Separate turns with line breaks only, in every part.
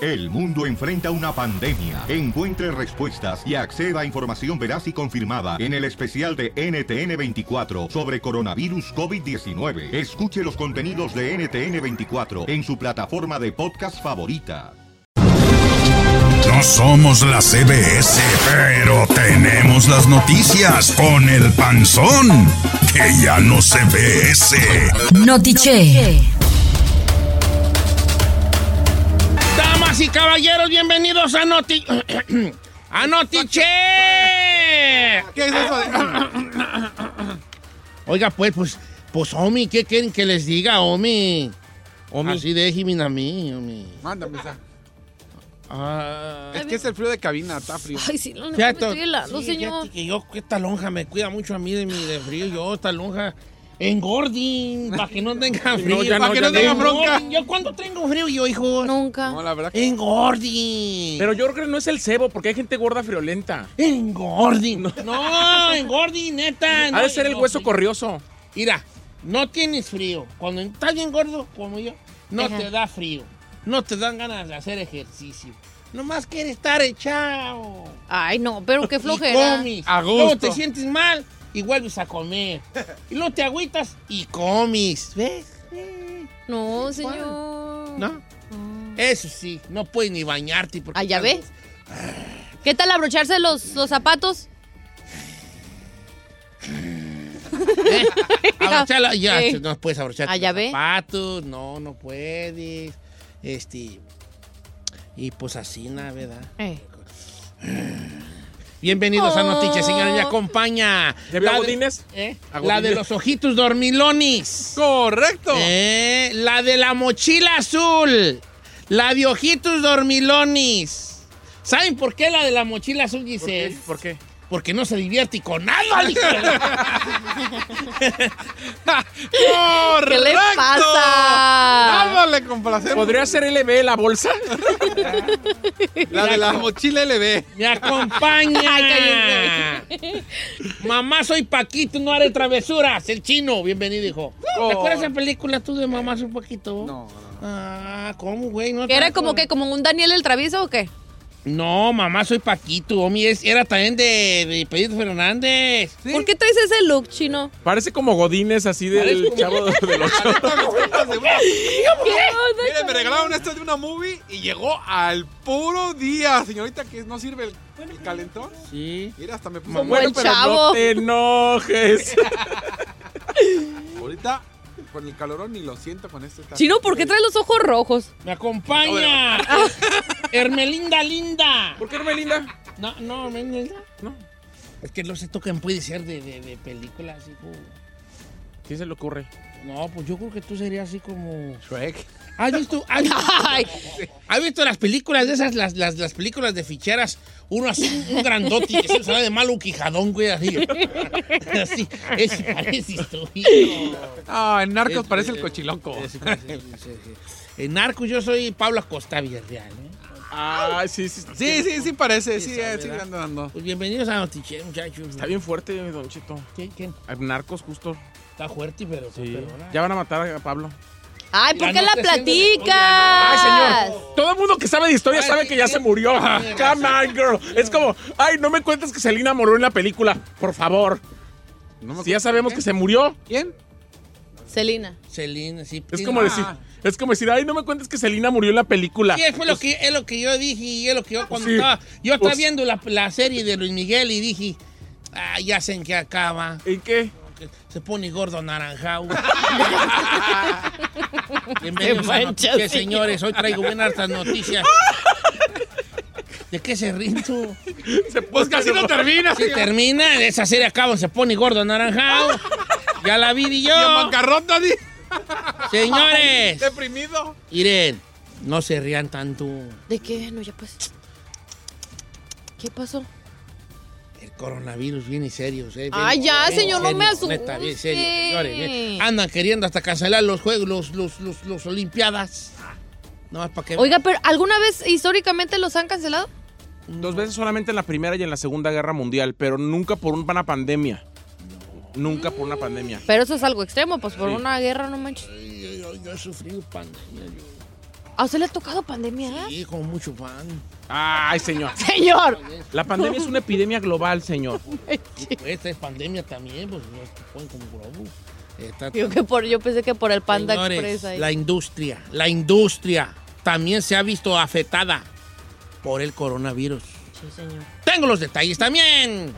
El mundo enfrenta una pandemia. Encuentre respuestas y acceda a información veraz y confirmada en el especial de NTN24 sobre coronavirus COVID-19. Escuche los contenidos de NTN24 en su plataforma de podcast favorita.
No somos la CBS, pero tenemos las noticias con el panzón, que ya no se ve ese.
Notiche.
Damas y caballeros, bienvenidos a Noti... ¡A Notiche! ¿Qué es eso Oiga, pues, pues, pues, Omi, ¿qué quieren que les diga, Omi? Omi. Así déjenme a mí, Omi.
Manda mensaje.
Ah,
Es que es el frío de cabina, está frío.
Ay, sí, no, no, me
Fíjate,
estoy helando,
sí,
señor.
fíjate que yo, esta lonja me cuida mucho a mí de mi de frío. Yo, esta lonja, engordin, para que no tengan frío.
ya
para
no,
que
ya
no
no.
tengan bronca.
Engordin,
Yo, cuando tengo frío, yo, hijo?
Nunca.
No, la verdad que
Engordin.
Pero yo creo que no es el cebo, porque hay gente gorda friolenta.
Engordin. No, engordin, neta.
Ha
no,
de ser el
no,
hueso
sí.
corrioso.
Mira, no tienes frío. Cuando estás bien gordo, como yo, no te da frío. No te dan ganas de hacer ejercicio. Nomás quieres estar echado.
Ay, no, pero qué
Y
flojera.
comes.
A gusto.
Luego te sientes mal y vuelves a comer. Y luego te agüitas y comes. ¿Ves? Eh,
No, señor.
¿No? Eso sí, no puedes ni bañarte. Porque
Mm. Ah, ya ves.
estás-
¿Qué tal abrocharse los, los zapatos?
¿Eh? Abrochala, ya,
Eh.
no puedes abrochar
Ah, ya
los
ve.
zapatos, no, no puedes. Este. Y pues así, nada, ¿verdad?
Eh.
Bienvenidos a
Oh.
Noticias, señores. Me acompaña.
¿Ya vio
la de-
Godínez?
¿Eh?
A
La de
Godínez.
los ojitos dormilones.
¡Correcto!
¿Eh? La de la mochila azul. La de ojitos dormilones. ¿Saben por qué la de la mochila azul,
¿Por qué?
Giselle?
¿Por qué?
Porque no se divierte con nada,
¿Qué le pasa?
Nada le complacemos.
¿Podría ser LB la bolsa?
La de la mochila LB.
Me acompaña. mamá, soy Paquito, no haré travesuras. El chino, bienvenido, hijo.
Oh.
¿Te acuerdas esa película tú de Mamá, soy Paquito?
No, no.
Ah, ¿cómo, güey? No
¿Que
te
era como que
acuerdas.
como un Daniel el travieso o qué?
No, Mamá, soy Paquito. Omi, es- era también de, de Pedrito Fernández.
¿Por qué traes ese look chino?
Parece como Godínez, así del chavo del ocho.
¿Qué onda?
Mire, me regalaron esto de una movie y llegó al puro día, señorita, que no sirve el, el calentón.
Sí.
Mira, hasta me puso
Como
bueno,
el
pero
chavo.
no te enojes.
Ahorita, con el calorón ni lo siento con este. tal-
Chino, ¿por qué traes los ojos rojos?
Me acompaña. Hermelinda Linda.
¿Por qué, Hermelinda?
No, no, Hermelinda.
No.
Es que no se tocan, puede ser de, de, de películas, hijo.
¿Qué se le ocurre?
No, pues yo creo que tú serías así como.
Shrek.
¿Has visto, has visto- has visto las películas de esas, las, las, las películas de ficheras? Uno así, un grandote que se sale de malo quijadón, güey, así. así, ese pareces tú, hijo.
Ah, en Narcos
Es-
parece
es-
el cochiloco.
Ese parece- sí, sí, sí. En Narcos yo soy Pablo Acosta Villarreal, ¿eh?
Ay, sí, sí. sí.
Sí, sí, sí parece. Sí,
Sí, sabe,
eh, sí,
¿verdad?
ando, ando.
Pues bienvenidos a Notiche, muchachos.
Está bien fuerte, don Chito.
¿Quién, quién?
Narcos, justo.
Está fuerte, pero... pero ahora-
Ya van a matar a Pablo.
Ay, ¿por
Ya
qué
no
la
te sientes-
platicas?
Ay, señor. Todo el mundo que sabe de historia
Ay,
sabe
sí,
que ya
sí.
se murió.
Ay,
Come on, girl. Es como, ay, no me cuentes que Selena murió en la película. Por favor. Si ya sabemos que se murió,
¿Quién?
Celina.
Celina, sí.
es
sí,
como
no.
decir, es como decir, ay, no me cuentes que Selena murió en la película. Pues,
Sí, Ah. fue lo que, es lo que yo dije y es lo que yo cuando
Sí.
estaba... Yo estaba
Pues-
viendo la, la serie de Luis Miguel y dije... Ah, ya sé en qué acaba.
¿En qué?
que Se pone gordo naranjao. Bienvenidos
Te
a
manchas,
Notiche,
sí.
señores. Hoy traigo buenas hartas noticias. ¿De qué se ríen tú?
Se pues casi no termina.
Se termina, esa serie acaba, se pone gordo anaranjado. Ya la vi y
¿Y en
yo.
bancarrota, di?
Señores,
Deprimido.
miren, no se rían tanto.
¿De qué? No, ya pues. ¿Qué pasó?
El coronavirus viene serio. Eh,
Ay,
Viene-
ya,
viene
señor, no
serio,
me asuste.
Neta, bien serio, señores. eh. Andan queriendo hasta cancelar los juegos, los, los, los, los Olimpiadas. No más para que.
Oiga, pero ¿alguna vez históricamente los han cancelado?
Dos veces solamente en la Primera y en la Segunda Guerra Mundial, pero nunca por un- una pandemia. Nunca por una pandemia.
Pero eso es algo extremo, pues por una guerra no manches.
Ay, yo, yo he sufrido pandemia. Yo.
¿A usted le ha tocado pandemia?
Sí, con mucho pan.
Ay, señor.
Señor.
La pandemia es una epidemia global, señor.
Pues, Esta es pandemia también, pues no te ponen como globo. Está
Yo, que por, yo pensé que por el Panda
Señores,
Express ahí.
La industria, la industria también se ha visto afectada por el coronavirus.
Sí, señor.
Tengo los detalles también.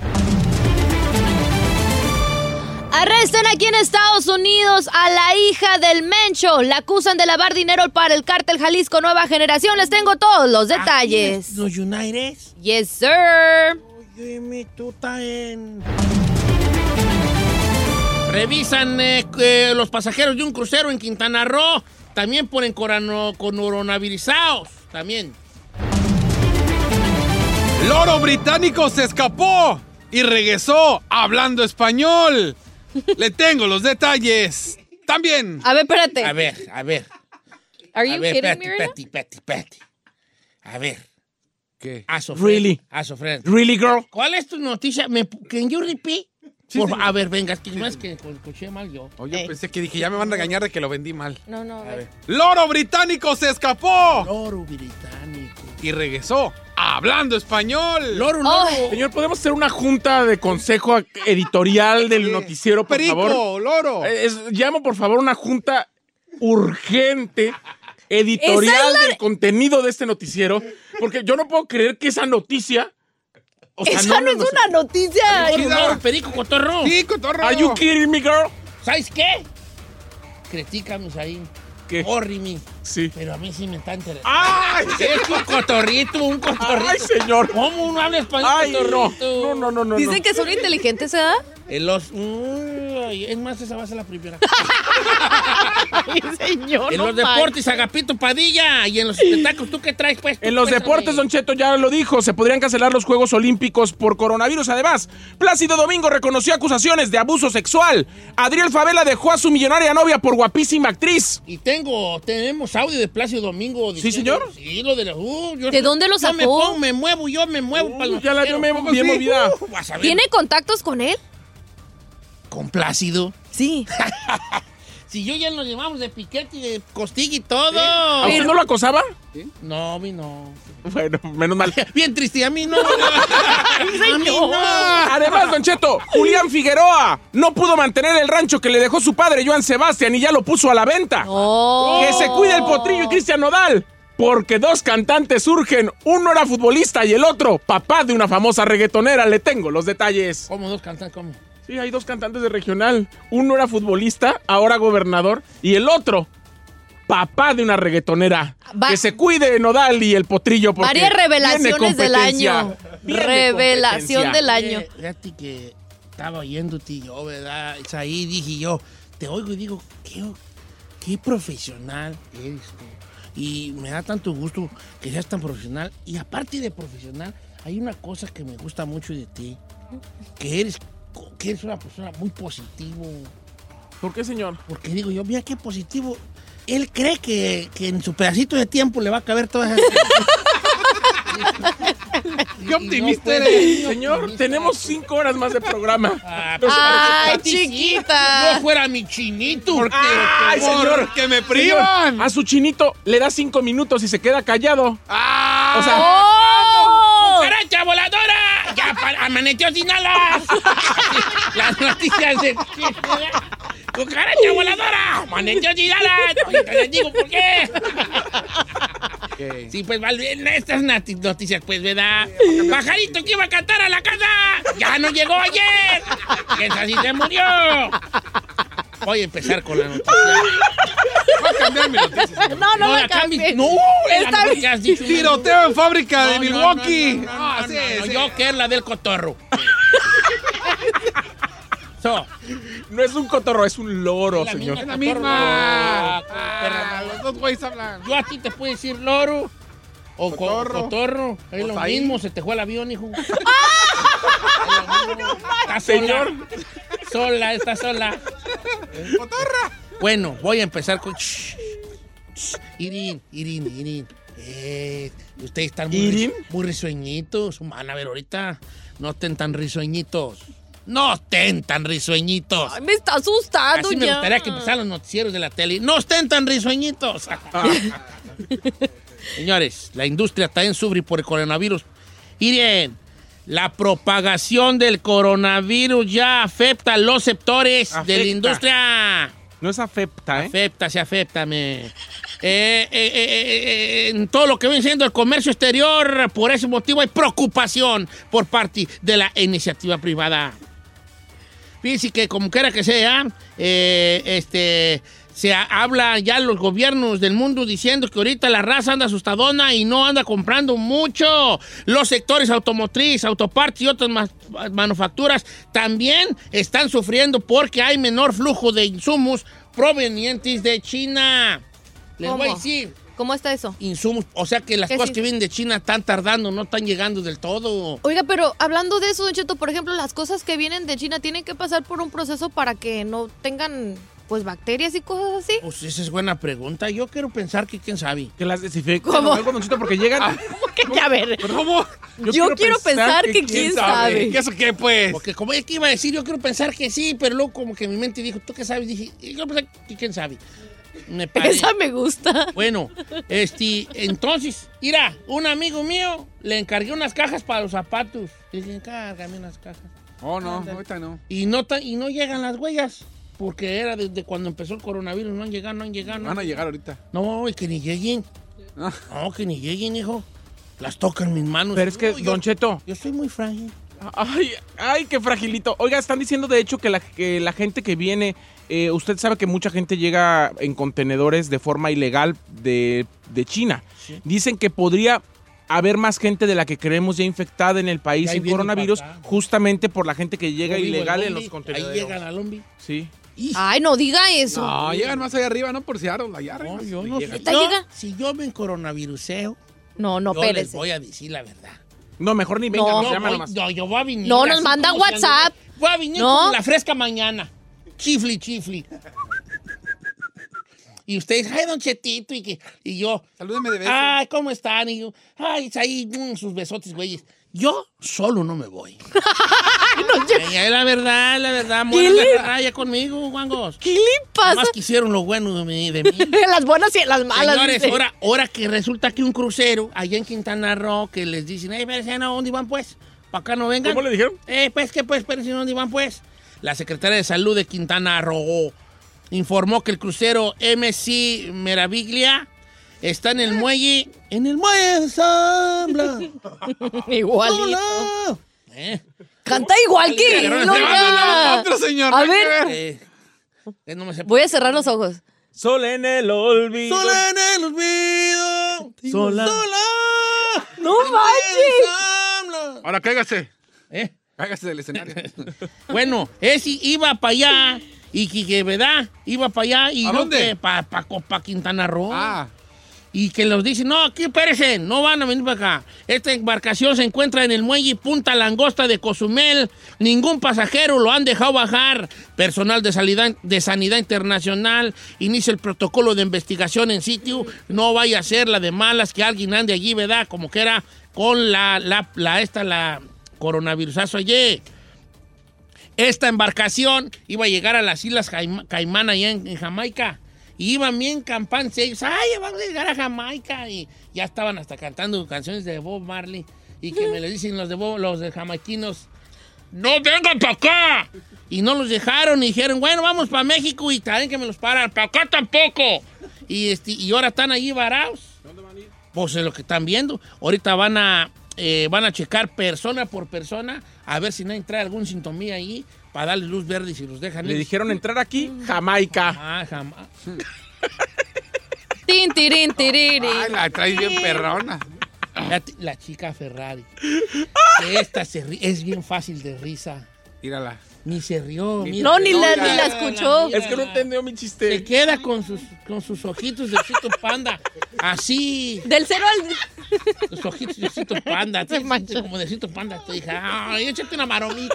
Arrestan aquí en Estados Unidos a la hija del Mencho. La acusan de lavar dinero para el cártel Jalisco Nueva Generación. Les tengo todos los
Ah,
detalles.
Aquí, Los United.
Yes, sir.
Óyeme, tú estás en- Revisan eh, eh, los pasajeros de un crucero en Quintana Roo. También ponen corano- con coronavirus. También.
Loro británico se escapó y regresó hablando español. Le tengo los detalles. También.
A ver, espérate.
A ver, a ver.
Are
A
you
ver,
kidding
espérate,
me right now?
espérate, espérate, espérate. A ver.
¿Qué?
A sofrer,
Really?
A sofrer.
Really, girl.
¿Cuál es tu noticia? ¿Me, ¿Can you repeat? Por fa- a ver, venga, es que no es que escuché mal yo.
Oye, Oh, pensé que dije, ya me van a regañar de que lo vendí mal.
No, no, a ver.
Loro británico se escapó
Loro británico.
y regresó hablando español.
Loro, loro.
Ay,
Señor, ¿podemos hacer una junta de consejo editorial del noticiero, por
Perico,
favor?
loro.
Eh, es- llamo, por favor, una junta urgente
Esa
editorial
es la-
del contenido de este noticiero, porque yo no puedo creer que esa noticia... o sea,
esa no es
nos-
una noticia.
Loro, loro, perico, cotorro.
Sí, cotorro.
Are you kidding me, girl?
¿Sabes qué? Critícanos ahí.
¿Qué?
Corrimi.
Sí.
Pero a mí sí me está interesando.
¡Ay,
Es un cotorrito, un cotorrito.
Ay, señor.
¿Cómo uno habla español?
ay, no!
cotorrito?
No, no, no, no.
Dicen que son inteligentes, ¿eh? ¿verdad?
El os- Uy, es más, esa va a ser la primera.
Ay, señor.
en
no
los
manches.
deportes, Agapito Padilla. Y en los espectáculos, ¿tú qué traes, pues?
En los
Cuéntame.
deportes, Don Cheto ya lo dijo, se podrían cancelar los Juegos Olímpicos por coronavirus. Además, Plácido Domingo reconoció acusaciones de abuso sexual. Adriel Favela dejó a su millonaria novia por guapísima actriz.
Y tengo, tenemos audio de Placio Domingo.
¿Sí,
diciendo-
señor?
Sí, lo de la... uh, yo-
¿De dónde lo
Yo me,
sacó?
pongo, me muevo, yo me muevo para los
Uh, ya la vio
quiero.
me- bien
Sí.
movida.
Uh, vas a ver.
¿Tiene contactos con él?
Con Plácido.
Sí.
Si yo ya nos llevamos de piquete y de costilla y todo.
¿A usted no lo acosaba?
No, a mí no.
Bueno, menos mal.
Bien triste, a mí no. a mí no.
Además, Don Cheto, Julián Figueroa no pudo mantener el rancho que le dejó su padre, Joan Sebastián, y ya lo puso a la venta.
Oh.
Que se cuide el potrillo y Cristian Nodal. Porque dos cantantes surgen, uno era futbolista y el otro, papá de una famosa reggaetonera. Le tengo los detalles.
¿Cómo dos cantantes? ¿Cómo?
Sí, hay dos cantantes de regional. Uno era futbolista, ahora gobernador, y el otro, papá de una reggaetonera.
Va-
que se cuide Nodal y el potrillo. Porque
Varias
viene
revelaciones del
competencia.
año.
Viene
Revelación
competencia.
del año.
Eh, Fíjate que estaba oyéndote y yo, ¿verdad? Es ahí dije yo, te oigo y digo, ¿qué, qué profesional eres tú. Y me da tanto gusto que seas tan profesional. Y aparte de profesional, hay una cosa que me gusta mucho de ti. Que eres, que eres una persona muy positivo.
¿Por qué, señor?
Porque digo yo, mira qué positivo. Él cree que, que en su pedacito de tiempo le va a caber todas esas
¡Qué optimista
puede.
eres!
Señor, tenemos cinco horas más de programa.
Ah, pues,
No se
¡Ay,
parece
No
chiquita!
fuera mi chinito.
Porque- Ay, señor.
¡Que me
Señor,
privan!
A su chinito le da cinco minutos y se queda callado.
¡Ah!
O sea,
¡Oh!
¡Cucaracha voladora! ¡Ya pa- amaneció sin alas! Las noticias de... ¡Cucaracha voladora! ¡Amaneció sin alas! Ahorita les digo por qué. Sí, pues, vale, estas nati- noticias, pues, ¿verdad? ¡Pajarito que iba a cantar a la casa! ¡Ya no llegó ayer! ¡Esa sí se murió! Voy a empezar con la noticia.
Va a cambiar mi noticia.
No, no me
la cambies.
cambies.
¡No! era
Está
lo
bien.
que has dicho.
¡Tiroteo en fábrica de
No, no,
Milwaukee!
no, no, no,
Ah,
no,
sí,
no,
sí.
Yo que es la del cotorro. so,
no es un cotorro, es un loro,
la
señor.
¡Es la
cotorro.
misma!
Ah, como
Ah,
perra.
los dos güeyes hablan.
Yo a ti te puedo decir loro o co- cotorro.
Cotorro.
Es lo
Cotaí.
mismo, se te fue el avión, hijo. Está
Señor.
Sola, sola, está sola.
¡Cotorra!
Bueno, voy a empezar con. Shh, shh. Irín, Irín, Irín. Eh, ustedes están muy,
¿Irín?
muy risueñitos. Van a ver ahorita. No estén tan risueñitos. No estén tan risueñitos.
Ay, me está asustando
Así me
ya.
gustaría que empezaran los noticieros de la tele. No estén tan risueñitos.
Ah.
Señores, la industria está en sufrir por el coronavirus. Miren, la propagación del coronavirus ya afecta a los sectores de la
Afecta.
industria.
No es afecta, ¿eh?
Afecta, se afecta, me. Eh, eh, eh, eh, eh, en todo lo que viene siendo el comercio exterior, por ese motivo hay preocupación por parte de la iniciativa privada. Fíjense que como quiera que sea, eh, este, se ha- habla ya los gobiernos del mundo diciendo que ahorita la raza anda asustadona y no anda comprando mucho. Los sectores automotriz, autopartes y otras mas- manufacturas también están sufriendo porque hay menor flujo de insumos provenientes de China. Les voy a
¿Cómo?
decir
¿Cómo está eso?
insumos, o sea que las
¿Qué
cosas
sí?
que vienen de China están tardando, no están llegando del todo.
Oiga, pero hablando de eso, Don Cheto, por ejemplo, las cosas que vienen de China tienen que pasar por un proceso para que no tengan, pues, bacterias y cosas así.
Pues esa es buena pregunta. Yo quiero pensar que quién sabe.
Que las desinfecten o algo, don Chito, porque
Ah,
llegan...
Que ya ver.
Pero ¿Cómo?
Yo quiero pensar que quién sabe.
¿Y eso qué, pues?
Porque como es que iba a decir, yo quiero pensar que sí, pero luego como que mi mente dijo, ¿tú qué sabes? Dije, yo quiero pensar que quién sabe. Me parece.
Esa me gusta.
Bueno, este, entonces, mira, un amigo mío le encargué unas cajas para los zapatos. Le dije, encárgame unas cajas.
Oh, no, ahorita no.
Y no, ta- y no llegan las huellas, porque era desde cuando empezó el coronavirus, no han llegado, no han llegado. No, han
Van a llegar ahorita.
No, y que ni lleguen.
Ah.
No, que ni lleguen, hijo. Las tocan mis manos.
Pero es que,
No, yo-
don Cheto...
Yo soy muy frágil.
Ay, ay, qué fragilito. Oiga, están diciendo de hecho que la, que la gente que viene, eh, usted sabe que mucha gente llega en contenedores de forma ilegal de, de China.
Sí.
Dicen que podría haber más gente de la que creemos ya infectada en el país
Ya
sin
vienen
coronavirus,
para acá.
justamente por la gente que llega
Yo vivo
ilegal en
Lombi,
los
Ahí
contenedores.
llega la lombi.
Sí.
Ay, no diga eso.
No, llegan más allá arriba, no por Seattle, allá arriba.
No, yo no
Llegan.
sé.
¿Te
Yo,
llega?
Si yo me coronaviruseo,
No, no,
yo les
espérese.
voy a decir la verdad.
No, mejor ni venga,
No.
nos
yo,
llama
voy,
nomás.
yo, yo voy a venir.
No, nos
así
manda
como si
WhatsApp.
anduviera. voy a venir
No.
con la fresca mañana. Chifli, chifli. Y ustedes, ay, don Chetito, y, que, y yo,
Salúdeme de beso.
ay, ¿cómo están? Y yo, ay, es ahí, mm, sus besotes, güeyes. Yo solo no me voy. Ay, la verdad, la verdad, muere
Dile.
la raya conmigo, guangos.
¿Qué le pasa?
Más quisieron lo bueno de mí. De mí.
las buenas y las malas.
Señores,
dice.
ahora, ahora que resulta que un crucero allá en Quintana Roo que les dicen, hey, pero ¿a dónde van pues? ¿Para acá no vengan?
¿Cómo le dijeron?
Eh, pues que pues, pero si no, ¿dónde van pues? La secretaria de Salud de Quintana Roo informó que el crucero MC Meraviglia está en el muelle, en el muelle de Zambla.
Igualito.
Hola. Eh,
Canta igual que
Pero
Hilo,
se va
ya.
a la otra, señor,
A
nada que
ver,
ver.
eh, eh, no me sé-
voy a cerrar los ojos.
Sol en el olvido.
Sola en el olvido.
Sola.
Sola.
No
en el
manches.
Zambla.
Ahora cáigase.
Eh.
Cáigase del escenario.
Bueno, ese iba para allá Y que, que, ¿verdad? Iba para allá y
¿A
no
dónde?
que para pa, pa Quintana Roo.
Ah,
Y que los dicen, no, aquí espérense, no van a venir para acá. Esta embarcación se encuentra en el muelle Punta Langosta de Cozumel. Ningún pasajero lo han dejado bajar. Personal de sanidad, de sanidad internacional inicia el protocolo de investigación en sitio. No vaya a ser la de malas que alguien ande allí, ¿verdad? Como que era con la, la, la esta, la coronavirusazo ayer. Esta embarcación iba a llegar a las Islas Caim- Caimán allá en, en Jamaica. Y iban bien campantes ellos. ¡Ay, vamos a llegar a Jamaica! Y ya estaban hasta cantando canciones de Bob Marley. Y que me lo dicen los de Bob- los de jamaiquinos. ¡No vengan para acá! Y no los dejaron y dijeron, bueno, vamos para México y también que me los paran. ¡Para acá tampoco! Y, este, y ahora están allí varados. Pues es lo que están viendo. Ahorita van a, eh, van a checar persona por persona a ver si no entra algún sintomía ahí para darle luz verde y si los dejan
Le
ir.
dijeron entrar aquí, Jamaica.
Ah, jamás.
Tin, tirín, tiriri.
ay, la traes bien perrona.
La, ti- la chica Ferrari. Esta se ri- es bien fácil de risa.
Mírala.
Ni se rió. mira.
No, ni la, ni la
Mira,
escuchó.
mira,
Es que no
la-
entendió mi
Se
chiste.
queda con sus, con sus ojitos de osito panda. Así.
Del cero al...
Los ojitos de osito panda. así,
manchó.
como de osito panda. Te dije, ay, échate una maromita.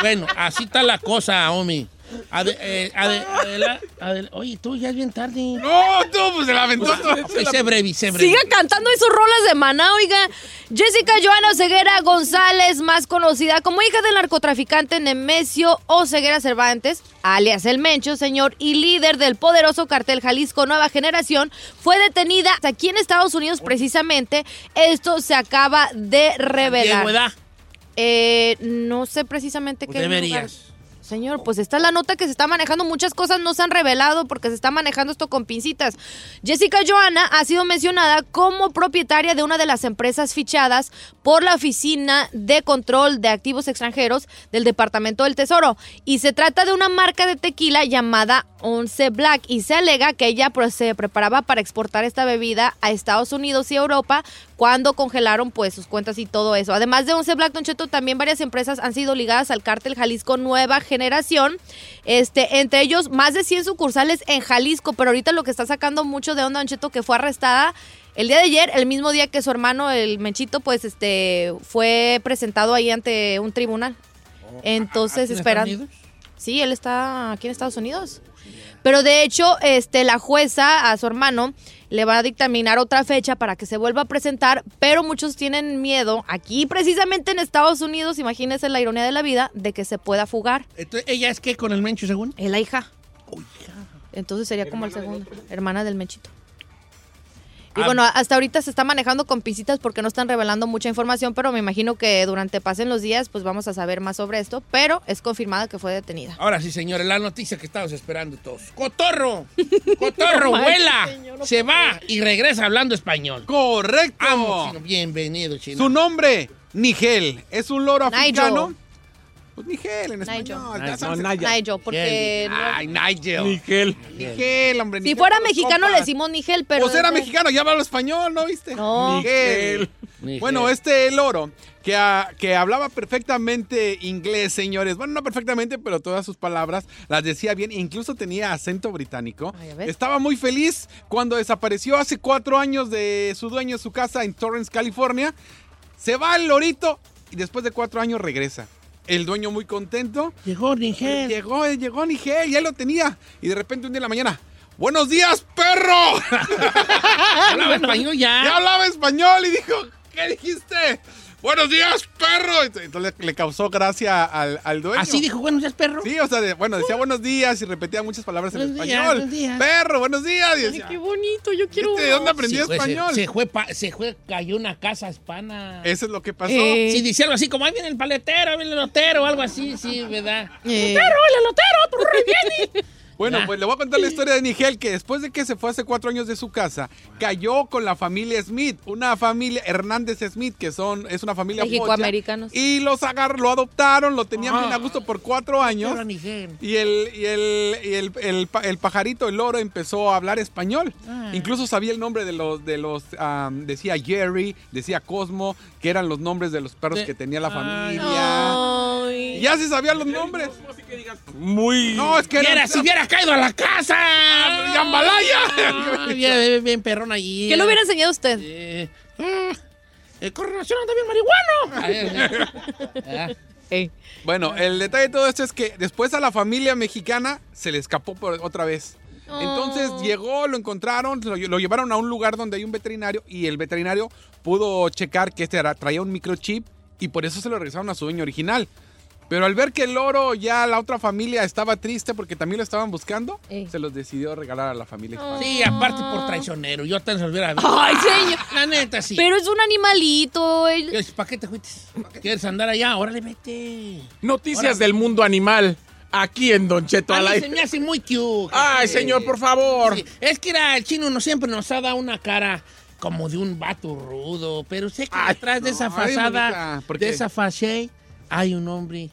bueno, así está la cosa, Omi. Ade- eh, ade- adela- adela- oye, tú ya es bien tarde.
No, tú, pues se la aventó. todo.
Ay, sé breve, sé breve.
Siga cantando esos rolas de maná, oiga. Jessica Joana Ceguera González, más conocida como hija del narcotraficante Nemesio o Ceguera Cervantes, alias El Mencho, señor, y líder del poderoso cartel Jalisco Nueva Generación, fue detenida aquí en Estados Unidos precisamente. Esto se acaba de
Diego,
revelar.
¿verdad?
Eh, no sé precisamente qué lugar.
Deberías.
Señor, pues está la nota que se está manejando. Muchas cosas no se han revelado porque se está manejando esto con pincitas. Jessica Joana ha sido mencionada como propietaria de una de las empresas fichadas por la Oficina de Control de Activos Extranjeros del Departamento del Tesoro. Y se trata de una marca de tequila llamada Once Black. Y se alega que ella pues, se preparaba para exportar esta bebida a Estados Unidos y Europa cuando congelaron pues sus cuentas y todo eso. Además de Once Black Don Cheto, también varias empresas han sido ligadas al cártel Jalisco Nueva Generación. Este, entre ellos más de 100 sucursales en Jalisco, pero ahorita lo que está sacando mucho de onda Don Cheto que fue arrestada el día de ayer, el mismo día que su hermano el Menchito pues este fue presentado ahí ante un tribunal. Entonces
¿Aquí en
esperan
Estados Unidos?
Sí, él está aquí en Estados Unidos. Pero de hecho, este, la jueza a su hermano le va a dictaminar otra fecha para que se vuelva a presentar, pero muchos tienen miedo, aquí precisamente en Estados Unidos, imagínense la ironía de la vida, de que se pueda fugar.
Entonces, ¿Ella es que con el mencho según?
Es la hija. Entonces sería como el segundo, hermana del mechito. Y
Ah.
bueno, hasta ahorita se está manejando con pisitas porque no están revelando mucha información, pero me imagino que durante pasen los días, pues vamos a saber más sobre esto, pero es confirmada que fue detenida.
Ahora sí, señores, la noticia que estamos esperando todos. ¡Cotorro! ¡Cotorro, vuela! se va y regresa hablando español.
Correcto.
¡Vamos, chino! Bienvenido, chino.
Su nombre, Nigel. Es un loro
Nigel.
africano. Pues Nigel, en español.
Nigel.
Ya
No,
sabes-
Naya.
Nigel, porque no-
Ay, Nigel.
Miguel.
Nigel, hombre.
si
Nigel,
fuera
los
mexicano le
compas.
decimos Nigel, pero
Pues era mexicano, ya hablaba español, ¿no viste?
No.
Miguel.
Miguel.
Bueno, este loro que, ah, que hablaba perfectamente inglés, señores. Bueno, no perfectamente, pero todas sus palabras las decía bien. Incluso tenía acento británico.
Ah, ya ves.
Estaba muy feliz cuando desapareció hace cuatro años de su dueño, su casa en Torrance, California. Se va el lorito y después de cuatro años regresa. El dueño muy contento.
Llegó Nigel.
Llegó, llegó Nigel, ya lo tenía. Y de repente un día en la mañana, ¡Buenos días, perro!
Ah, Hablaba español
Ya
ya.
hablaba español y dijo, ¿qué dijiste? Buenos días, perro. Ent- Entonces le causó gracia al, al dueño.
Así dijo, bueno, ya es perro.
Sí, o sea, de- bueno, decía buenos días y repetía muchas palabras en
Buenos días,
español.
buenos días.
Perro, buenos días. Y decía,
bonito, yo
"¿Este ¿De dónde aprendió
Se fue,
español?
Se, se fue, pa- se fue, cayó una casa hispana.
Eso es lo que pasó.
Eh.
Si dice algo así como, ahí viene el paletero, ahí viene el lotero, o algo así, sí, ¿verdad?
Eh.
¡Lotero, el lotero, tú re vienes!
Bueno,
Ya.
pues le voy a contar la historia de Nigel, que después de que se fue hace cuatro años de su casa, cayó con la familia Smith, una familia Hernández Smith, que son, es una familia
Mexicoamericanos.
pocha, Y los agar, lo adoptaron, lo tenían bien a gusto por cuatro años.
Pero Nigel.
Y el, y el, y el, el pa- el pajarito, el loro, empezó a hablar español. Incluso sabía el nombre de los, de los am, decía Jerry, decía Cosmo, que eran los nombres de los perros
De-
que tenía la
Ay.
familia.
Ay.
Y Ya se sabían los nombres.
Muy.
No, es que
Viera,
era.
si hubiera caído a la casa.
¡Jambalaya!
Ah, Viera, bien, bien perrón allí.
¿Qué le hubiera enseñado a usted?
Eh, ah, el coronación anda bien marihuano. A ver, ya. Ah,
Ey.
Bueno,
Ah.
el detalle de todo esto es que después a la familia mexicana se le escapó por otra vez. Entonces
Oh.
llegó, lo encontraron, lo, lle- lo llevaron a un lugar donde hay un veterinario y el veterinario pudo checar que este era- traía un microchip y por eso se lo regresaron a su dueño original. Pero al ver que el oro ya la otra familia estaba triste porque también lo estaban buscando,
Ey. Oh.
se los decidió regalar a la familia. hispana.
Ah. Sí, aparte por traicionero. Yo tan se lo hubiera
Ay, señor.
La neta, sí.
Pero es un animalito. él-
¿Para qué te fuiste? ¿Quieres andar allá? Órale, vete.
Noticias del mundo animal. Aquí en Don Cheto
A
al
mí
aire.
se me hace muy cute.
Ay, señor, por favor.
Sí, Es que era, el chino no siempre nos ha dado una cara como de un vato rudo, pero sé que
Ay,
detrás de
no,
esa
ay,
fachada,
bonita, ¿por
de
qué?
esa faché, hay un hombre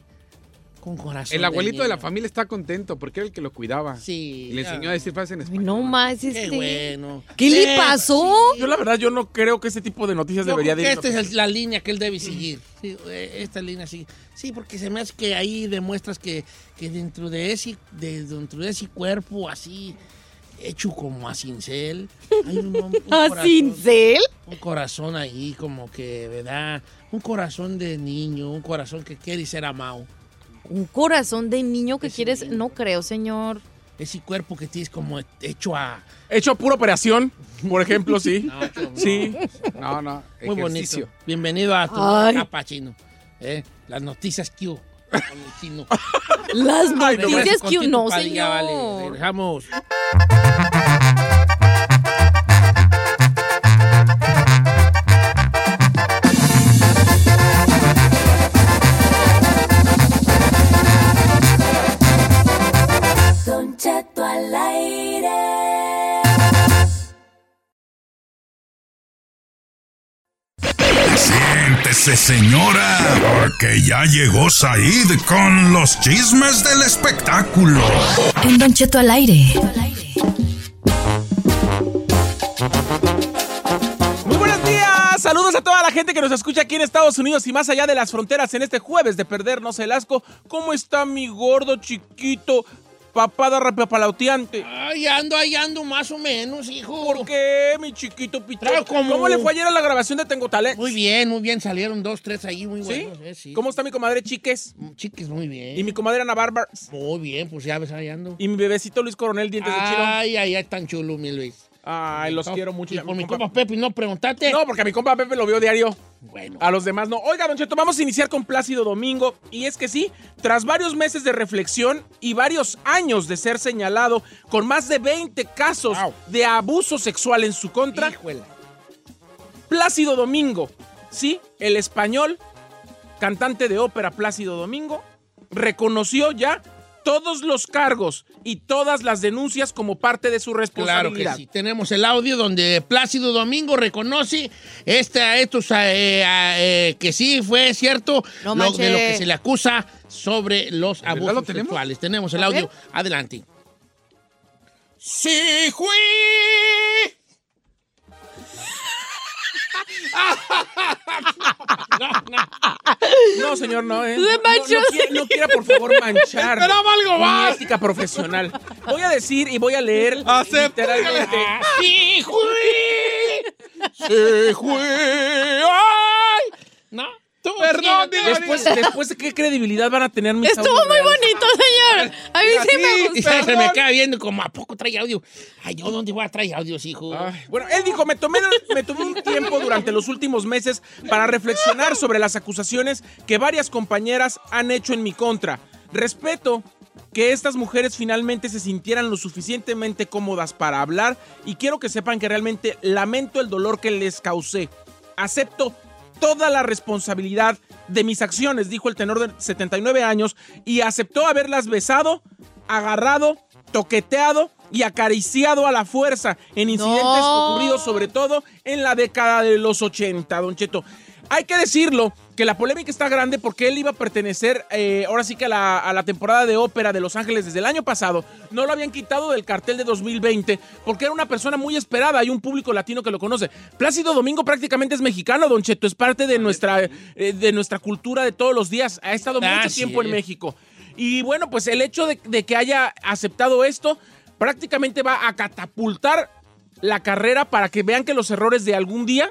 con corazón.
El abuelito de la
niño.
familia está contento porque era el que lo cuidaba.
Sí.
Y le enseñó a decir frases en
Ay,
español.
no más.
Qué
Este.
bueno.
¿Qué
Eh,
le pasó?
Yo la verdad, yo no creo que ese tipo de noticias
Yo
debería de
creo que
ir.
esta es el- la línea que él debe seguir. Sí, eh, esta línea sí. Sí, porque se me hace que ahí demuestras que, que dentro de ese, de- dentro de ese cuerpo así, hecho como a cincel, hay un, hombre- un
¿A
corazón-
cincel?
Un corazón ahí como que, ¿verdad? Un corazón de niño, un corazón que quiere ser amado.
Un corazón de niño que
Ese
quieres.
niño.
No creo, señor.
Ese cuerpo que tienes como hecho a...
Hecho pura operación, por ejemplo, sí.
No, hecho-
Sí.
No, no,
Muy
ejercicio.
bonito. Bienvenido a tu
Ay.
capa, chino. Eh, Las noticias que hubo con el chino.
Las
Bueno,
noticias
con
que
Tito
no,
Padilla, vale,
señor.
regresamos.
Siéntese, señora, porque ya llegó Said con los chismes del espectáculo.
En Don Cheto al aire.
Muy buenos días. Saludos a toda la gente que nos escucha aquí en Estados Unidos y más allá de las fronteras en este jueves de perdernos el asco. ¿Cómo está mi gordo chiquito? Papada rapapalauteante.
Ay, ando, ahí ando más o menos, hijo.
¿Por qué, mi chiquito
Traigo
pitraco?
como-
¿Cómo le fue ayer a la grabación de Tengo Talent?
Muy bien, muy bien. Salieron dos, tres ahí, muy
¿Sí?
buenos. eh, sí. Mm,
¿Cómo está mi comadre Chiques?
Chiquis, muy bien.
Y mi comadre Ana Bárbara.
Muy bien, pues ya ves, ahí ando.
Y mi bebecito Luis Coronel, dientes de chino.
Ay, ay, ay, tan chulo, mi Luis.
Ay, los quiero mucho.
Y
Ya,
con mi
compa-
compa Pepe, no preguntaste.
No, porque a mi compa Pepe lo vio diario.
Bueno.
A los demás no. Oiga, Don Cheto, vamos a iniciar con Plácido Domingo. Y es que sí, tras varios meses de reflexión y varios años de ser señalado con más de 20 casos
Wow.
de abuso sexual en su contra,
Híjole.
Plácido Domingo, sí, el español, cantante de ópera Plácido Domingo, reconoció ya todos los cargos y todas las denuncias como parte de su
Claro
responsabilidad.
que sí. Tenemos el audio donde Plácido Domingo reconoce esta, estos eh, ah, eh, que sí fue cierto
No
lo- de lo
manches.
que se le acusa sobre los
verdad
abusos
lo tenemos?
sexuales. Tenemos el
A
audio.
ver.
Adelante. Sí, fui.
No, señor, no, ¿eh?
Se
No, no
manchó,
quiera- no quiera, por favor, manchar.
Esperaba algo
mi
más.
ética profesional. Voy a decir y voy a leer
Acepta.
literalmente.
Sí, fui. Sí, fui. Ay. No. tú
Perdón,
sí,
Dios.
Después, después de qué credibilidad van a tener mis
Estuvo
audios
muy
reales?
bonito, señor. A mí sí me
Y
gustó.
se, se me queda viendo como, ¿a poco trae audio? Ay, ¿yo dónde voy a traer audios, hijo?
Ay, Bueno, él dijo, me tomé, me tomé un tiempo durante los últimos meses para reflexionar sobre las acusaciones que varias compañeras han hecho en mi contra. Respeto que estas mujeres finalmente se sintieran lo suficientemente cómodas para hablar y quiero que sepan que realmente lamento el dolor que les causé. Acepto toda la responsabilidad de mis acciones, dijo el tenor de 79 años, y aceptó haberlas besado, agarrado, toqueteado y acariciado a la fuerza en incidentes
No.
ocurridos sobre todo en la década de los 80, Don Cheto. Hay que decirlo que la polémica está grande porque él iba a pertenecer eh, ahora sí que a la, a la temporada de ópera de Los Ángeles desde el año pasado. No lo habían quitado del cartel de 2020 porque era una persona muy esperada. Hay un público latino que lo conoce. Plácido Domingo prácticamente es mexicano, Don Cheto. Es parte de nuestra, eh, de nuestra cultura de todos los días. Ha estado
Ah,
mucho
sí,
tiempo en
eh.
México. Y bueno, pues el hecho de, de que haya aceptado esto prácticamente va a catapultar la carrera para que vean que los errores de algún día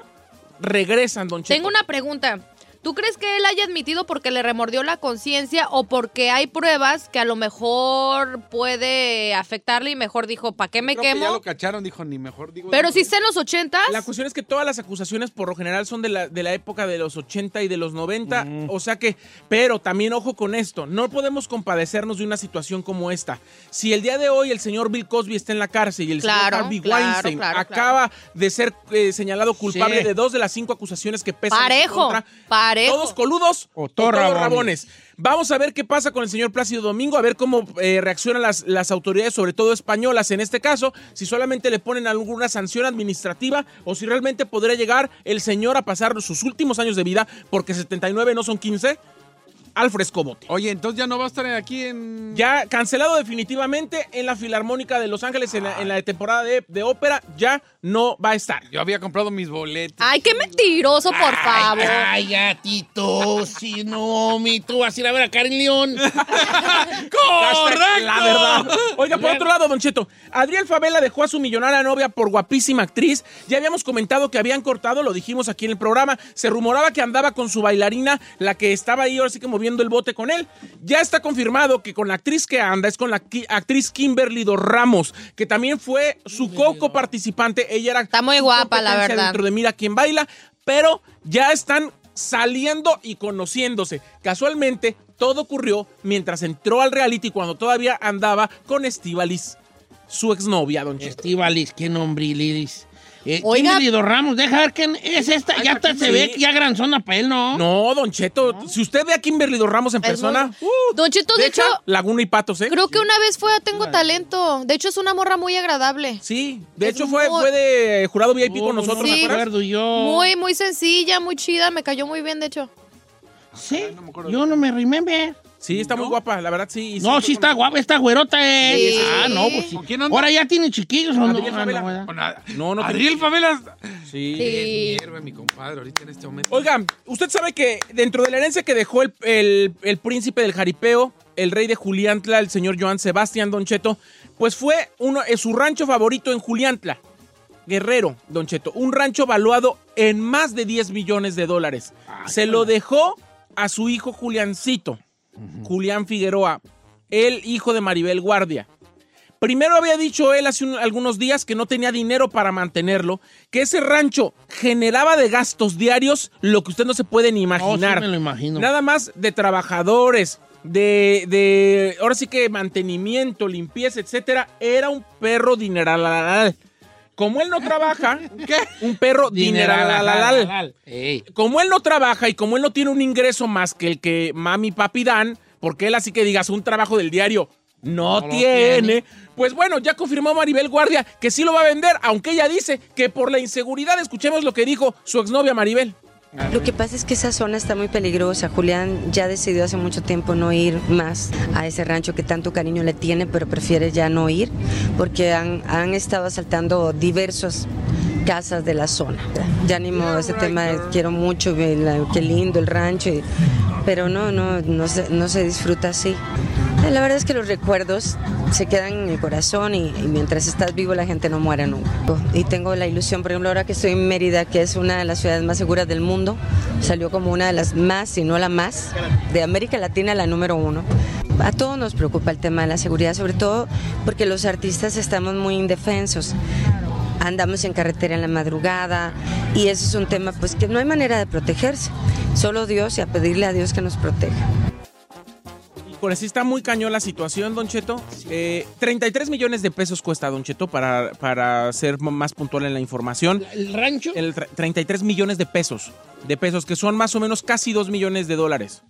regresan, Don Cheto.
Tengo una pregunta. ¿Tú crees que él haya admitido porque le remordió la conciencia o porque hay pruebas que a lo mejor puede afectarle y mejor dijo, ¿para qué me
Creo que ya
quemo?
lo cacharon, dijo, ni mejor digo.
Pero si está en los ochentas,
La cuestión es que todas las acusaciones por lo general son de la, de la época de los 80 y de los 90, o sea que, pero también ojo con esto, no podemos compadecernos de una situación como esta. Si el día de hoy el señor Bill Cosby está en la cárcel y el
Claro,
señor Harvey
claro,
Weinstein
claro,
acaba de ser eh, señalado culpable
Sí.
de dos de las cinco acusaciones que pesan en su
parejo,
contra,
parejo.
todos coludos
O
o
todos
todos
rabones.
rabones. Vamos a ver qué pasa con el señor Plácido Domingo, a ver cómo eh, reaccionan las, las autoridades, sobre todo españolas en este caso, si solamente le ponen alguna sanción administrativa o si realmente podría llegar el señor a pasar sus últimos años de vida, porque 79 no son 15, al frescobote.
Oye, entonces ya no va a estar aquí en.
Ya cancelado definitivamente en la Filarmónica de Los Ángeles, en la, en la temporada de, de ópera, ya no va a estar.
Yo había comprado mis boletos.
Ay, qué mentiroso, por favor.
Ay, gatito, si no, mi, tú vas a ir a ver a Karen León.
Hashtag La verdad. Oiga, por
Bien.
otro lado, Don Cheto, Adriel Favela dejó a su millonaria novia por guapísima actriz. Ya habíamos comentado que habían cortado, lo dijimos aquí en el programa. Se rumoraba que andaba con su bailarina, la que estaba ahí ahora sí que moviendo el bote con él. Ya está confirmado que con la actriz que anda es con la qui- actriz Kimberly Dos Ramos, que también fue su coco participante. Ella era
Está muy
su
guapa, la
competencia
verdad.
dentro de Mira quién baila, pero ya están saliendo y conociéndose. Casualmente, todo ocurrió mientras entró al reality cuando todavía andaba con Estivalis, su exnovia, don Cheto.
Estivalis, qué nombre, Lilis. Eh,
Oiga.
Kimberly Dos Ramos, deja ver quién es esta. ya está- se
sí.
ve que ya granzona para él, ¿no?
No, don Cheto, si usted ve a Kimberly Dos Ramos en
Es
persona,
muy-
uh,
Don Cheto, de
deja
hecho-
Laguna y Patos, ¿eh?
Creo que una vez fue a Tengo Talento. De hecho, es una morra muy agradable.
Sí, de
Es
hecho fue,
muy-
fue de jurado VIP
Oh,
con nosotros,
no
¿te
Sí.
me
acuerdas?
acuerdo yo.
Muy, muy sencilla, muy chida. Me cayó muy bien, de hecho.
Sí, yo no me remember.
Sí, está muy guapa, la verdad sí. y siempre
No, sí
con-
está guapa, está güerota. eh.
Sí.
Ah, no, pues sí.
¿Con quién anda?
Ahora ya tiene chiquillos o no.
Adriel
Ah,
Favela.
no, ¿verdad?
No, no.
Ariel Favelas.
Sí.
Sí.
Hierve, mi compadre, ahorita en este momento.
Oiga, usted sabe que dentro de la herencia que dejó el, el- el príncipe del jaripeo, el rey de Juliantla, el señor Joan Sebastián Don Cheto, pues fue uno, eh, su rancho favorito en Juliantla, Guerrero, Don Cheto. Un rancho valuado en más de 10 millones de dólares.
Ah,
Se lo dejó a su hijo Juliancito, Julián Figueroa, el hijo de Maribel Guardia. Primero había dicho él hace un- algunos días que no tenía dinero para mantenerlo, que ese rancho generaba de gastos diarios lo que usted no se puede ni imaginar.
Oh, me lo imagino.
Nada más de trabajadores, de, de ahora sí que mantenimiento, limpieza, etcétera. Era un perro dineral. Como él no trabaja, un perro dineral
Ey.
como él no trabaja y como él no tiene un ingreso más que el que mami y papi dan, porque él así que digas un trabajo del diario no,
No lo
tiene,
tiene.
pues bueno, ya confirmó Maribel Guardia que sí lo va a vender, aunque ella dice que por la inseguridad, escuchemos lo que dijo su exnovia Maribel.
Lo que pasa es que esa zona está muy peligrosa. Julián ya decidió hace mucho tiempo no ir más a ese rancho que tanto cariño le tiene, pero prefiere ya no ir porque han, han estado asaltando diversas casas de la zona. Ya ni modo, ese tema de quiero mucho, que la- qué lindo el rancho, y- pero no, no, no se, no se disfruta así. Eh, La verdad es que los recuerdos se quedan en el corazón y, y mientras estás vivo la gente no muere nunca. Y tengo la ilusión, por ejemplo, ahora que estoy en Mérida, que es una de las ciudades más seguras del mundo, salió como una de las más, si no la más, de América Latina la número uno. A todos nos preocupa el tema de la seguridad, sobre todo porque los artistas estamos muy indefensos andamos en carretera en la madrugada y eso es un tema pues que no hay manera de protegerse, solo Dios y a pedirle a Dios que nos proteja.
Y Por así está muy cañón la situación, Don Cheto. Eh, 33 millones de pesos cuesta, Don Cheto, para, para ser m- más puntual en la información.
¿El rancho?
El tre- 33 millones de pesos, de pesos que son más o menos casi 2 millones de dólares.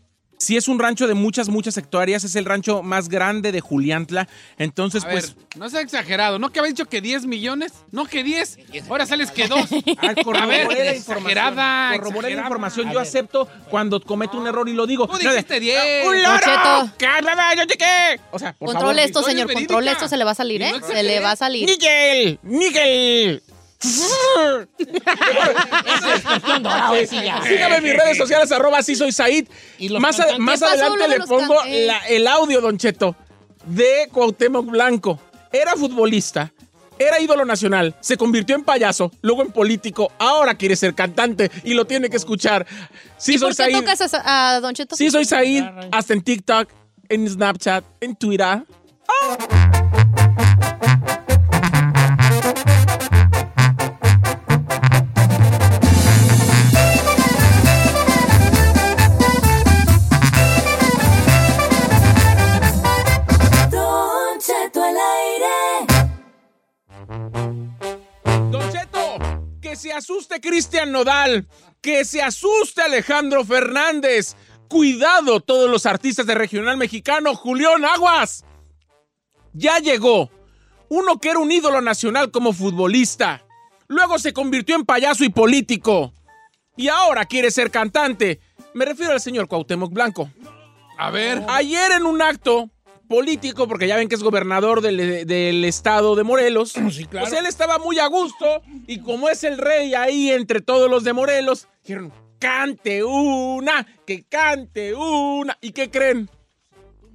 Sí es un rancho de muchas, muchas hectáreas. Es el rancho más grande de Juliantla. Entonces,
A
pues...
ver, no sea exagerado. ¿No que había dicho que 10 millones? ¿No que 10? Ahora sales que 2.
Ah, corroboré la información.
exagerada.
Corroboré la
exagerada.
información.
A
Yo
ver.
acepto cuando cometo un error y lo digo.
Tú
No de, "Ah,
dijiste 10.
¡Un
Don
loro!
Cheto.
¡Cálmame, yo chequé! O sea, por
Controle
favor.
esto,
historia
señor,
verídica.
controle esto, se le va a salir,
No
¿eh? Se
exageré.
le va a salir.
¡Miguel! ¡Miguel! Sígame en mis redes sociales, arroba así soy Said.
Y los
Más, a-
cantantes.
más
¿Qué pasó,
adelante
lo de
le
los eh.
pongo
cantantes?
la- el audio, Don Cheto, de Cuauhtémoc Blanco. Era futbolista, era ídolo nacional, se convirtió en payaso, luego en político, ahora quiere ser cantante y lo tiene que escuchar. Sí,
¿Y
soy
por qué
Said.
tocas a, Sa- a Don Cheto?
Sí, soy Said. Hasta en TikTok, en Snapchat, en Twitter. Don Cheto, que se asuste Cristian Nodal, que se asuste Alejandro Fernández. Cuidado todos los artistas de regional mexicano, Julián Aguas. Ya llegó uno que era un ídolo nacional como futbolista. Luego se convirtió en payaso y político. Y ahora quiere ser cantante. Me refiero al señor Cuauhtémoc Blanco.
A ver.
Ayer en un acto político, porque ya ven que es gobernador del, del estado de Morelos,
Sí, claro.
pues él estaba muy a gusto y como es el rey ahí entre todos los de Morelos, dijeron, cante una, que cante una. ¿Y qué creen?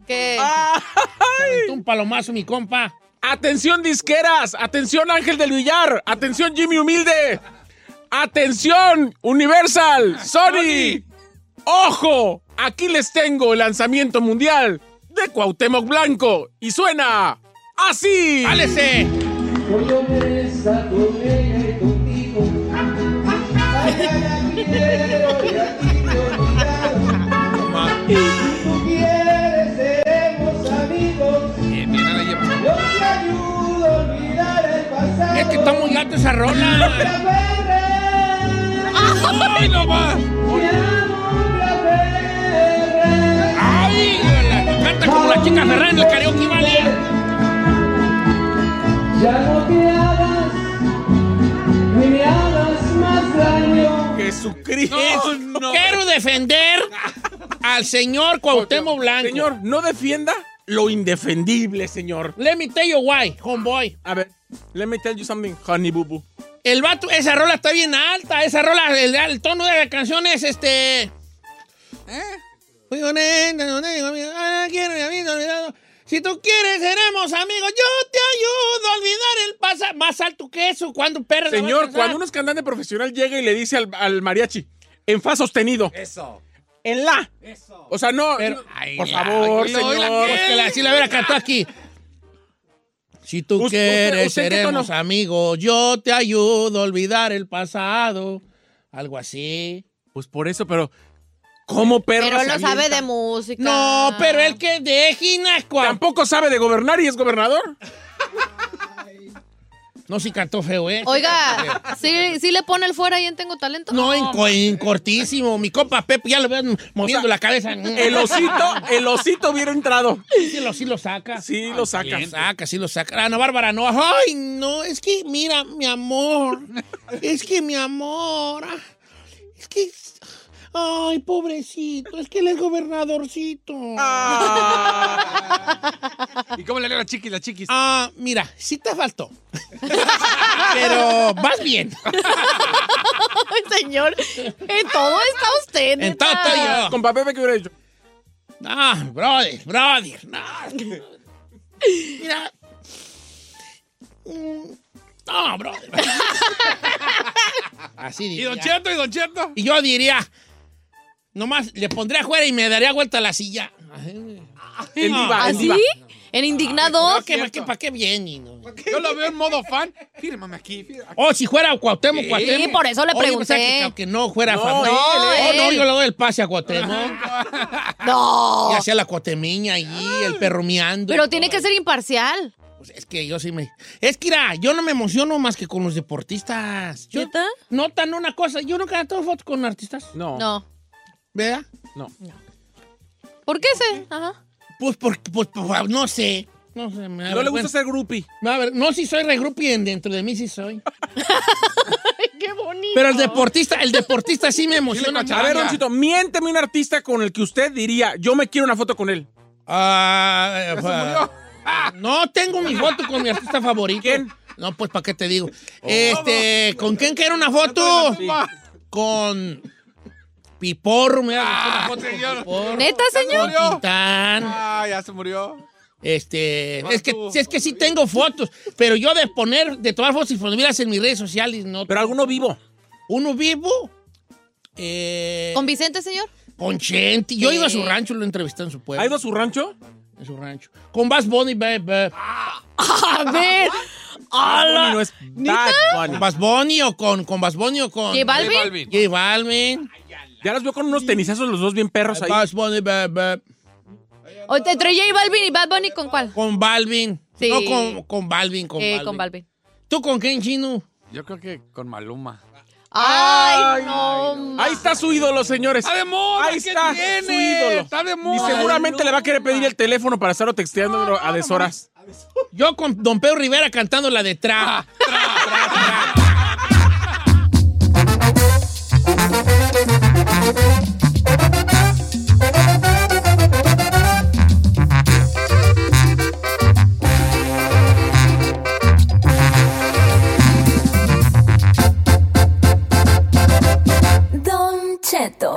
Que
¡Ah!
Aventó Un palomazo, mi compa.
Atención disqueras, atención Ángel del Villar, atención Jimmy Humilde, atención Universal, Sony. Ojo, aquí les tengo el lanzamiento mundial de Cuauhtémoc Blanco y suena así.
¡Álese!
Bien, bien, ahí lleva.
Es que está muy gato esa rola. ¡Ay, no más! ¡Ay! la- Canta como la chica Ferrari en el karaoke, vale.
Jesucristo.
Es- Quiero defender al señor Cuauhtémoc Blanco.
Señor, no defienda lo indefendible, señor.
Let me tell you why, homeboy.
A ver, let me tell you something, honey boo boo.
El vato, esa rola está bien alta. Esa rola, el, el tono de la canción es este. Si tú quieres, seremos amigos. Yo te ayudo a olvidar el pasado. Más alto que eso. cuando perro? la vas a
Señor,
alcanzar?
cuando un cantante profesional llega y le dice al, al mariachi, en fa sostenido. Eso. En la. Eso. O sea, no.
Pero-
no,
Ay,
por
la-
favor,
la-
señor.
la- pues que la- Si la hubiera cantado aquí. Si tú
Usted-
quieres,
usted- usted qué
seremos
cono-
amigos. Yo te ayudo a olvidar el pasado. Algo así.
Pues por eso, pero. ¿Cómo perro?
Pero
se
no sabe
avienta?
de música.
No, pero el que de Ginascua.
Tampoco sabe de gobernar y es gobernador.
No, si cantó feo, ¿eh?
Oiga, ¿sí, sí le pone el fuera y en Tengo Talento?
No, en, co- en cortísimo. Mi compa Pepe ya lo veo moviendo la cabeza.
El osito, el osito hubiera entrado.
Sí lo, sí lo saca.
Sí, lo saca.
Lo saca, sí lo saca. Ah, no, Bárbara, no. Ay, no, es que, mira, mi amor. Es que, mi amor. ah, Es que. Ay, pobrecito. Es que él es gobernadorcito.
Ah,
¿Y cómo le lee la chiquis, la chiquis?
Ah, mira, sí te faltó. Pero vas bien.
Ay, señor, en todo está usted.
En
neta.
todo estoy yo.
Con papel que hubiera hecho.
No, brother, brother, no. Mira. Mm, No, brother. Así diría.
Cheto? ¿Y Don Cheto?
Y yo diría, nomás le pondría afuera y me daría vuelta a la silla.
El
No,
diva, el
¿Así?
diva.
¿Ah, ¿En indignado?
No, que, que- ¿Para qué viene? no?
Yo lo veo en modo fan. Fírmame aquí. fírmame aquí.
O si fuera Cuauhtémoc, Cuauhtémoc.
por eso le
Oye,
pregunté.
pensaba que- que, no fuera
No,
Fabián.
él, él.
Oh, no, yo le doy el pase a Cuauhtémoc.
No.
Y hacía la cuatemiña allí, el perro miando.
Pero tiene que ser imparcial.
Pues es que yo sí me. Es que, mira, yo no me emociono más que con los deportistas. Yo,
¿Neta?
Notan una cosa, yo nunca he tomado fotos con artistas,
No.
No.
¿verdad?
No.
¿Por qué se? Ajá.
Pues, por, pues, por- no sé. No sé, me da
No le
vergüenza.
gusta ser groupie.
Me da ver- No, sí soy regrupi, en- dentro de mí sí soy.
¡Qué bonito!
Pero el deportista, el deportista sí me emociona.
A ver,
mucho.
Roncito, miénteme un artista con el que usted diría, yo me quiero una foto con él.
Ah, eh, ah, no tengo mi foto con mi artista favorito.
¿Quién?
No, pues, ¿para qué te digo?
Oh.
Este, ¿con quién quiero una foto? Con Piporro, me da una foto con Piporro.
¿Neta, señor?
Con Tintán.
Ah, ya se murió.
Este, es que,
tú.
si es que sí tengo fotos, pero yo de poner, de tomar fotos y ponerlas en mis redes sociales, no.
Pero alguno vivo.
uno vivo, eh,
¿Con Vicente, señor?
con Chenti. Yo he ido a su
Sí.
rancho, lo entrevisté en su pueblo.
¿Ha ido a su rancho?
En su rancho. Con Bass Bunny, baby.
A ver. A
Bunny
la...
no es Bad Bunny.
¿Con Bass Bunny o con, con Bass Bunny o con...
¿J Balvin?
J Balvin.
Ya los veo con unos tenisazos los dos bien perros ahí.
Bass Bunny, baby.
O te- entre J Balvin y Bad Bunny, ¿con cuál?
Con Balvin.
Sí.
No, con, con Balvin, con,
eh,
Balvin.
con Balvin.
¿Tú con quién, Chino?
Yo creo que con Maluma.
¡Ay, no! ma-
Ahí está su ídolo, señores.
¡Está de moda!
Ahí
¿qué
está
tiene?
su ídolo.
eh, ¡Está de
Y
moda!
seguramente le va a querer pedir el teléfono para estarlo texteando a deshoras.
Yo con Don Pedro Rivera cantando la de
Ah,
Tra.
Don Cheto.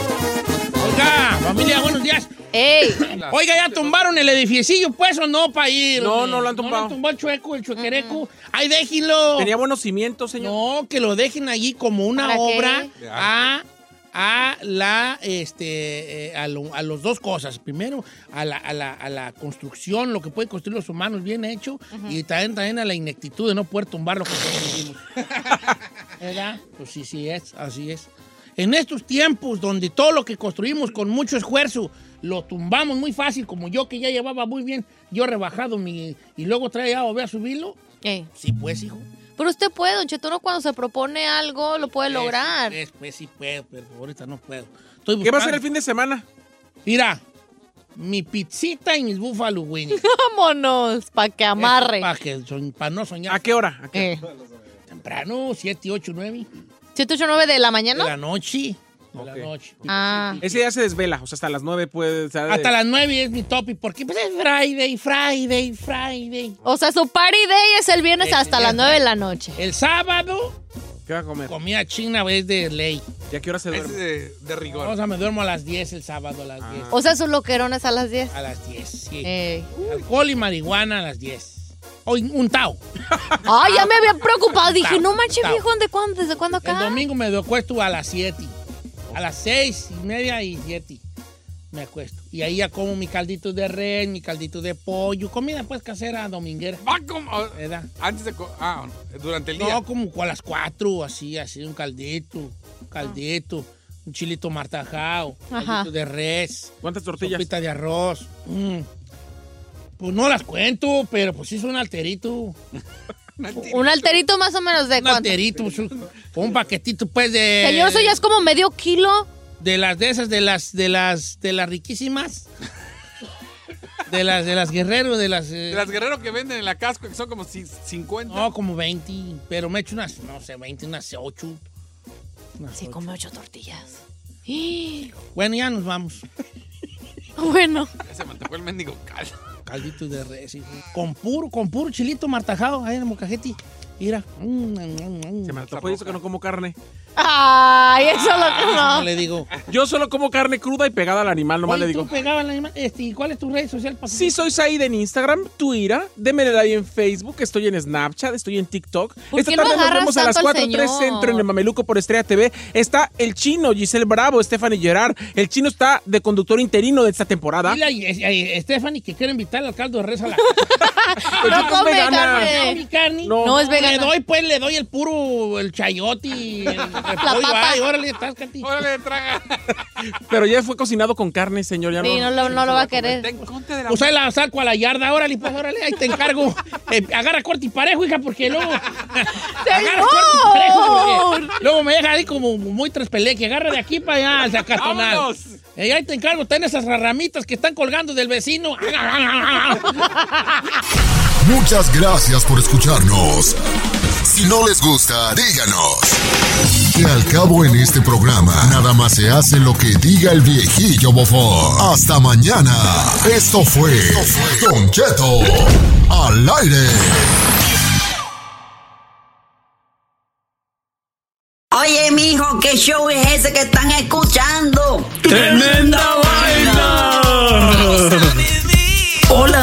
Oiga, familia, buenos días.
¡Ey!
Oiga, ¿ya tumbaron el edificio, pues, o no, para ir?
No, no lo han tumbado.
No lo tumbó el chueco, el chuequereco. ¡Ay, déjenlo!
Tenía buenos cimientos, señor.
No, que lo dejen allí como una
¿Para qué?
obra a, a la este eh, a, lo- a los dos cosas. Primero, a la, a, la, a la construcción, lo que pueden construir los humanos bien hecho, y también, también a la ineptitud de no poder tumbar lo que construimos. ¿Verdad? Pues sí, sí es, así es. En estos tiempos donde todo lo que construimos con mucho esfuerzo lo tumbamos muy fácil, como yo que ya llevaba muy bien, yo rebajado mi. y luego traía o voy a subirlo.
Ey.
Sí, pues, hijo.
Pero usted puede, Don Cheto, uno cuando se propone algo lo puede lograr.
Pues, pues, sí puedo, pero ahorita no puedo. Estoy
¿Qué va a
buscando-
ser el fin de semana?
Mira, mi pizzita y mis búfalo winnies.
Vámonos, para que amarre.
Para que son- pa' no soñar.
¿A qué hora? ¿A qué-
Eh.
Temprano, 7, 8, 9
¿Siete, ocho, nueve de la
de
mañana?
la noche. De la
Ok.
noche.
Ah.
Eh.
Ese ya se desvela, o sea, hasta las 9 puede estar.
Hasta las 9 es mi topic, porque pues es Friday, Friday, Friday.
O sea, su party day es el viernes
Eh,
hasta
eh,
las
eh.
9 de la noche.
El sábado,
¿Qué va a comer?
comida china pues, es de ley.
¿Y a qué hora se
Es
duerme?
de, de rigor.
O sea, me duermo a las 10 el sábado, a las 10.
O sea, sus loquerones a las Eh, 10.
A las 10, sí.
Ey.
Alcohol y marihuana a las 10. Hoy un tao.
Ay, ya me había preocupado. Dije,
Está,
no manches,
está.
viejo, ¿de cuándo, ¿desde cuándo
El
acá?
domingo me acuesto a las 7. A las 6 y media y 7 me acuesto. Y ahí ya como mi caldito de res, mi caldito de pollo, comida pues casera dominguera.
Va como...
¿Verdad?
Antes de... co- Ah, durante el día.
No, como a las 4, así, así, un caldito, un caldito, un chilito martajao,
Ajá.
caldito de res,
¿Cuántas tortillas?
sopita de arroz. Mm. Pues no las cuento, pero pues sí es un alterito.
Un alterito más o menos de
Un
cuánto.
alterito, pues, un, un paquetito pues de...
Señor, eso ya es como medio kilo.
De las de esas, de las, de las, de las riquísimas. De las, de las guerreros, de las. eh,
De las guerreros que venden en la casco, que son como ci- 50.
no, como 20. Pero me echo unas, no sé, 20, unas 8.
Sí, como ocho tortillas.
Bueno, ya nos vamos.
Bueno.
Ya se me antojó el mendigo caldo.
Caldito de res. hijo. Con puro, con puro chilito martajado ahí en el mocajete. Mira. Mm, mm, mm.
Se me antojó y eso que no como carne.
Ay, eso lo que
¿Cómo
no.
le digo?
Yo solo como carne cruda y pegada al animal, nomás
Oye,
le digo.
tú pegabas la misma- este, ¿y ¿Cuál es tu red social? papá?
Sí, soy Said en Instagram, Twitter, démele like en Facebook, estoy en Snapchat, estoy en TikTok.
¿Por
Esta
qué lo
tarde nos
agarras
vemos a las
tanto al
4.3
señor?
Centro en el Mameluco por Estrella TV. Está el chino, Giselle Bravo, Stephanie Gerard. El chino está de conductor interino de esta temporada.
Dile a- a- a Stephanie que quiero invitar al caldo de res a la
Pero
No
yo con
come
vegana.
carne.
No, mi carne.
No.
No, es vegana.
Le doy, pues, le doy el puro, el chayote, el, Repollo,
papa.
ay, órale, estás, Katy.
Órale, traga.
Pero ya fue cocinado con carne, señor. Ya
Sí, no lo, no lo va a querer.
Ten conte de la
Pues ahí la saco a la yarda, órale, pues, órale, ahí te encargo. Eh, agarra corte y parejo, hija, porque luego. agarra corte y parejo, porque Luego me deja ahí como muy que Agarra de aquí para allá, al sacatonal.
¡Vámonos!
Eh, ahí te encargo, ten esas ramitas que están colgando del vecino.
Muchas gracias por escucharnos. Si no les gusta, díganos. Que al cabo en este programa, nada más se hace lo que diga el viejillo bofón. Hasta mañana. Esto fue Don Cheto al aire.
Oye, mijo, ¿qué show es ese que están escuchando?
¡Tremenda vaina!
Hola